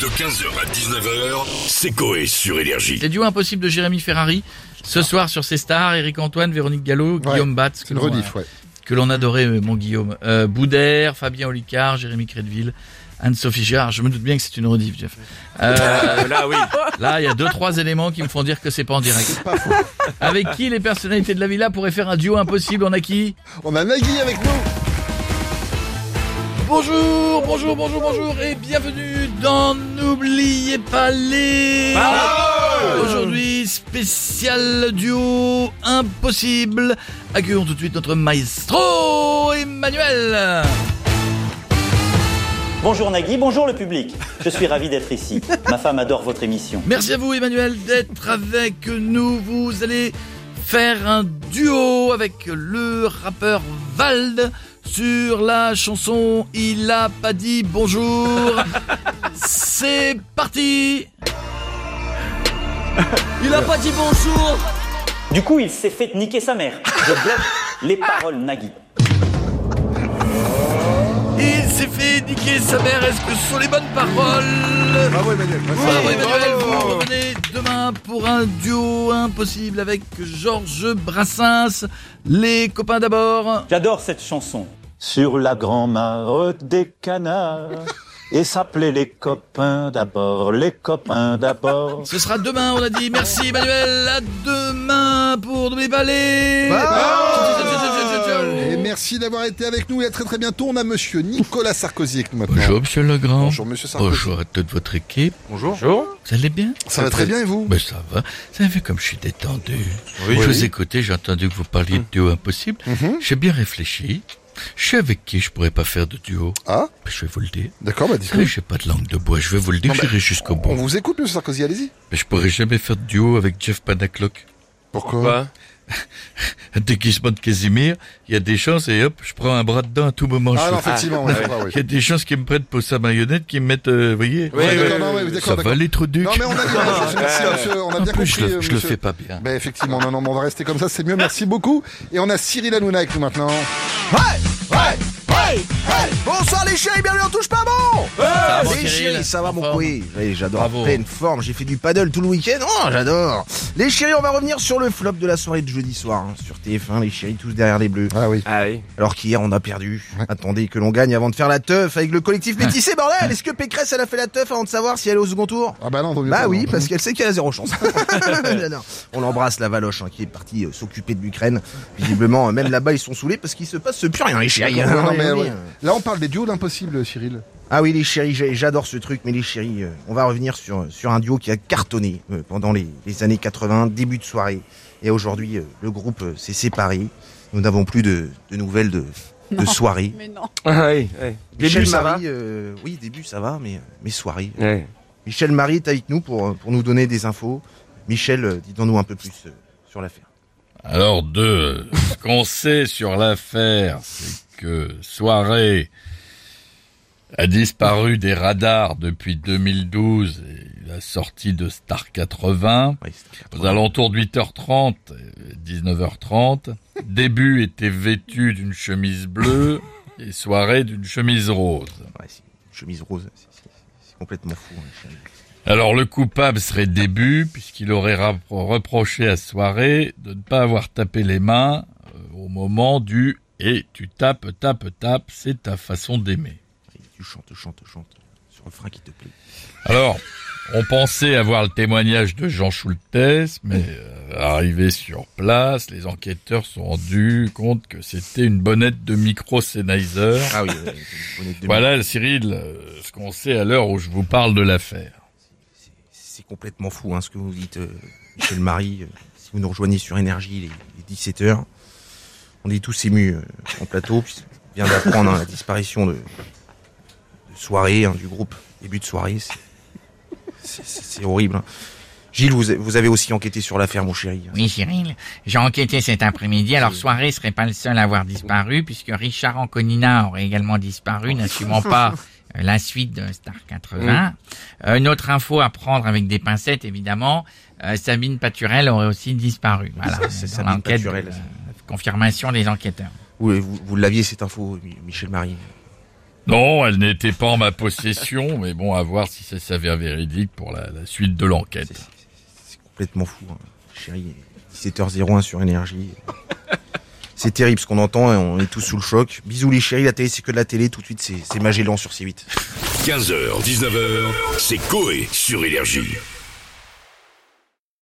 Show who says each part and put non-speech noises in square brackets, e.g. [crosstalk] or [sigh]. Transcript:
Speaker 1: De 15h à 19h, c'est Coé sur Énergie.
Speaker 2: Les duos impossibles de Jérémy Ferrari. Ce soir sur ses stars, Eric Antoine, Véronique Gallo, Guillaume Batz, que
Speaker 3: Le
Speaker 2: l'on,
Speaker 3: rediff, ouais.
Speaker 2: euh, que l'on adorait, euh, mon Guillaume. Euh, Boudère, Fabien Olicard, Jérémy Crédville, Anne-Sophie Girard. Je me doute bien que c'est une rediff, Jeff.
Speaker 3: [laughs]
Speaker 2: Euh,
Speaker 4: Là, oui.
Speaker 2: là, il y a deux, trois éléments qui me font dire que c'est pas en direct.
Speaker 3: Pas faux.
Speaker 2: [laughs] Avec qui les personnalités de la villa pourraient faire un duo impossible en acquis
Speaker 3: On a Nagui avec nous.
Speaker 2: Bonjour, bonjour, bonjour, bonjour et bienvenue dans N'oubliez pas les... Aujourd'hui, spécial duo impossible. Accueillons tout de suite notre maestro Emmanuel.
Speaker 5: Bonjour Nagui, bonjour le public. Je suis ravi d'être ici. Ma femme adore votre émission.
Speaker 2: Merci à vous Emmanuel d'être avec nous. Vous allez faire un duo avec le rappeur Vald sur la chanson Il a pas dit bonjour. C'est parti. Il a pas dit bonjour.
Speaker 5: Du coup, il s'est fait niquer sa mère. Je bloque les paroles Nagui.
Speaker 2: Il s'est fait niquer sa mère. Est-ce que ce sont les bonnes paroles
Speaker 3: Bravo Emmanuel.
Speaker 2: Bravo Emmanuel, vous revenez demain pour un duo impossible avec Georges Brassens. Les copains d'abord.
Speaker 5: J'adore cette chanson. Sur la grand-mare des canards. Et s'appelait les copains d'abord, les copains d'abord.
Speaker 2: Ce sera demain, on a dit. Merci Emmanuel. À demain pour N'oubliez pas les...
Speaker 3: Ah. Et merci d'avoir été avec nous et à très très bientôt. On a monsieur Nicolas Sarkozy avec nous maintenant.
Speaker 2: Bonjour Monsieur Legrand.
Speaker 3: Bonjour, monsieur Sarkozy.
Speaker 2: Bonjour à toute votre équipe.
Speaker 4: Bonjour. Bonjour.
Speaker 2: Vous allez bien
Speaker 3: Ça va très bien et vous
Speaker 2: Ben ça va. Ça fait comme je suis détendu.
Speaker 4: Oui.
Speaker 2: Je
Speaker 4: Oui. Hum.
Speaker 2: vous écoutais, j'ai entendu que vous parliez de duo impossible.
Speaker 3: Mhm.
Speaker 2: J'ai bien réfléchi. Je sais avec qui je pourrais pas faire de duo.
Speaker 3: Ah,
Speaker 2: Ben, je vais vous le dire.
Speaker 3: d'accord, bah
Speaker 2: Vous
Speaker 3: dites
Speaker 2: savez, j'ai pas de langue de bois, je vais vous le dire,
Speaker 3: Non,
Speaker 2: j'irai jusqu'au
Speaker 3: bah, On
Speaker 2: bout.
Speaker 3: vous écoute monsieur Sarkozy, allez-y.
Speaker 2: Mais je pourrais jamais faire de duo avec Jeff Panaclock.
Speaker 3: Pourquoi
Speaker 2: [laughs] Un déguisement de Casimir, il y a des chances et hop, je prends un bras dedans à tout moment.
Speaker 3: Ah
Speaker 2: Je
Speaker 3: non,
Speaker 2: fais-
Speaker 3: effectivement, ouais, ouais, ouais.
Speaker 2: Il y a des chances qu'ils me prennent pour sa marionnette, qu'ils me mettent, euh, vous voyez
Speaker 3: Ouais,
Speaker 4: Oui,
Speaker 3: d'accord,
Speaker 4: oui,
Speaker 3: non, ouais,
Speaker 4: oui.
Speaker 3: d'accord,
Speaker 2: Ça
Speaker 3: d'accord.
Speaker 2: va les trucs
Speaker 3: Non mais on a bien compris, merci,
Speaker 4: Ouais.
Speaker 3: monsieur, on a
Speaker 2: En
Speaker 3: bien
Speaker 2: plus, je
Speaker 3: compris.
Speaker 2: le,
Speaker 3: euh,
Speaker 2: je le
Speaker 3: monsieur.
Speaker 2: fais pas bien.
Speaker 3: Bah effectivement, non, non, mais on va rester comme ça, c'est mieux, merci beaucoup. Et on a Cyril Hanouna avec nous maintenant.
Speaker 6: Bonsoir les chéris, bienvenue en touche pas bon
Speaker 2: va, mon
Speaker 6: Les
Speaker 2: Eh, Cyril
Speaker 6: chéris, ça va
Speaker 2: En
Speaker 6: mon
Speaker 2: forme
Speaker 6: couille Oui, j'adore,
Speaker 2: Bravo.
Speaker 6: en pleine forme, j'ai fait du paddle tout le week-end, oh j'adore Les chéris, on va revenir sur le flop de la soirée de jeudi soir, hein, sur TF1, les chéris tous derrière les bleus.
Speaker 3: Ah oui.
Speaker 4: Ah oui.
Speaker 6: Alors qu'hier on a perdu, attendez que l'on gagne avant de faire la teuf avec le collectif métissé, bordel Est-ce que Pécresse elle a fait la teuf avant de savoir si elle est au second tour
Speaker 3: Ah bah non, vaut mieux
Speaker 6: bah
Speaker 3: pas,
Speaker 6: oui,
Speaker 3: non.
Speaker 6: parce qu'elle sait qu'elle a
Speaker 3: [laughs]
Speaker 6: zéro chance. [laughs] J'adore. On embrasse la Valoche hein, qui est partie euh, s'occuper de l'Ukraine. Visiblement, euh, même là-bas, ils sont saoulés parce qu'il se passe plus rien, les chéris.
Speaker 3: Non, non, mais,
Speaker 6: [laughs] Rien,
Speaker 3: ouais.
Speaker 6: rien.
Speaker 3: Là, on parle des duos d'impossible, Cyril.
Speaker 6: Ah oui les chéris, j'ai- j'adore ce truc, mais les chéris, euh, on va revenir sur, sur un duo qui a cartonné euh, pendant les, les années 80, début de soirée. Et aujourd'hui, euh, le groupe euh, s'est séparé. Nous n'avons plus de, de nouvelles de, de soirée.
Speaker 7: Mais non.
Speaker 4: Ah oui. oui.
Speaker 6: Michel
Speaker 4: Début, ça va
Speaker 6: Marie, euh, oui, début ça va, mais, euh, mais soirée.
Speaker 4: Ouais.
Speaker 6: Michel Marie est avec nous pour, euh, pour nous donner des infos. Michel, euh, dis-nous un peu plus euh, sur l'affaire.
Speaker 2: Alors deux, ce qu'on sait sur l'affaire, c'est que Soirée a disparu des radars depuis 2012 et la sortie de Star 80.
Speaker 6: Ouais, c'est-
Speaker 2: Aux alentours de 8h30, 19h30, début était vêtu d'une chemise bleue et soirée d'une chemise rose.
Speaker 6: ouais, c'est une chemise rose, c'est- c'est c'est complètement fou. hein, les chéris.
Speaker 2: Alors le coupable serait début, puisqu'il aurait rappro- reproché à Soirée de ne pas avoir tapé les mains euh, au moment du et tu tapes, tapes, tapes, c'est ta façon d'aimer.
Speaker 6: Ouais, Tu chantes, chantes, chantes sur le frein qui te plaît.
Speaker 2: Alors, on pensait avoir le témoignage de Jean Schultes, mais euh, arrivé sur place, les enquêteurs se sont rendus compte que c'était une bonnette de micro Sennheiser.
Speaker 6: Ah oui, euh, une bonnette de
Speaker 2: Voilà, Cyril, euh, ce qu'on sait à l'heure où je vous parle de l'affaire.
Speaker 6: C'est complètement fou hein, ce que vous dites, euh, Michel Marie. Euh, si vous nous rejoignez sur Énergie, les 17h, on est tous émus euh, en plateau. puis On vient d'apprendre hein, la disparition de, de soirée, hein, du groupe. Début de soirée, c'est- c'est- c'est c'est horrible. hein. Gilles, vous, a- vous avez aussi enquêté sur l'affaire, mon chéri.
Speaker 8: Oui, Cyril, j'ai enquêté cet après-midi. Alors, Soirée serait pas le seul à avoir disparu, puisque Richard Anconina aurait également disparu,
Speaker 6: Oh.
Speaker 8: n'assumant
Speaker 6: [laughs]
Speaker 8: pas euh, la suite de Star 80. Euh, Une autre info à prendre avec des pincettes, évidemment, euh, Sabine Paturel aurait aussi disparu. Voilà,
Speaker 6: C'est
Speaker 8: dans
Speaker 6: Sabine
Speaker 8: l'enquête,
Speaker 6: Paturel.
Speaker 8: euh, confirmation des enquêteurs.
Speaker 6: Vous, vous, vous l'aviez cette info, Mi- Michel Marie.
Speaker 2: Non, elle n'était pas en ma possession, mais bon, à voir si ça s'avère véridique pour la, la suite de
Speaker 6: C'est-
Speaker 2: l'enquête.
Speaker 6: c'est- C'est complètement fou, hein. chérie. 17h01 sur énergie. C'est terrible ce qu'on entend et on est tous sous le choc. Bisous les chéris, la télé c'est que de la télé, tout de suite c'est c'est Magellan sur C8.
Speaker 1: 15h, 19h, c'est Coé sur Énergie.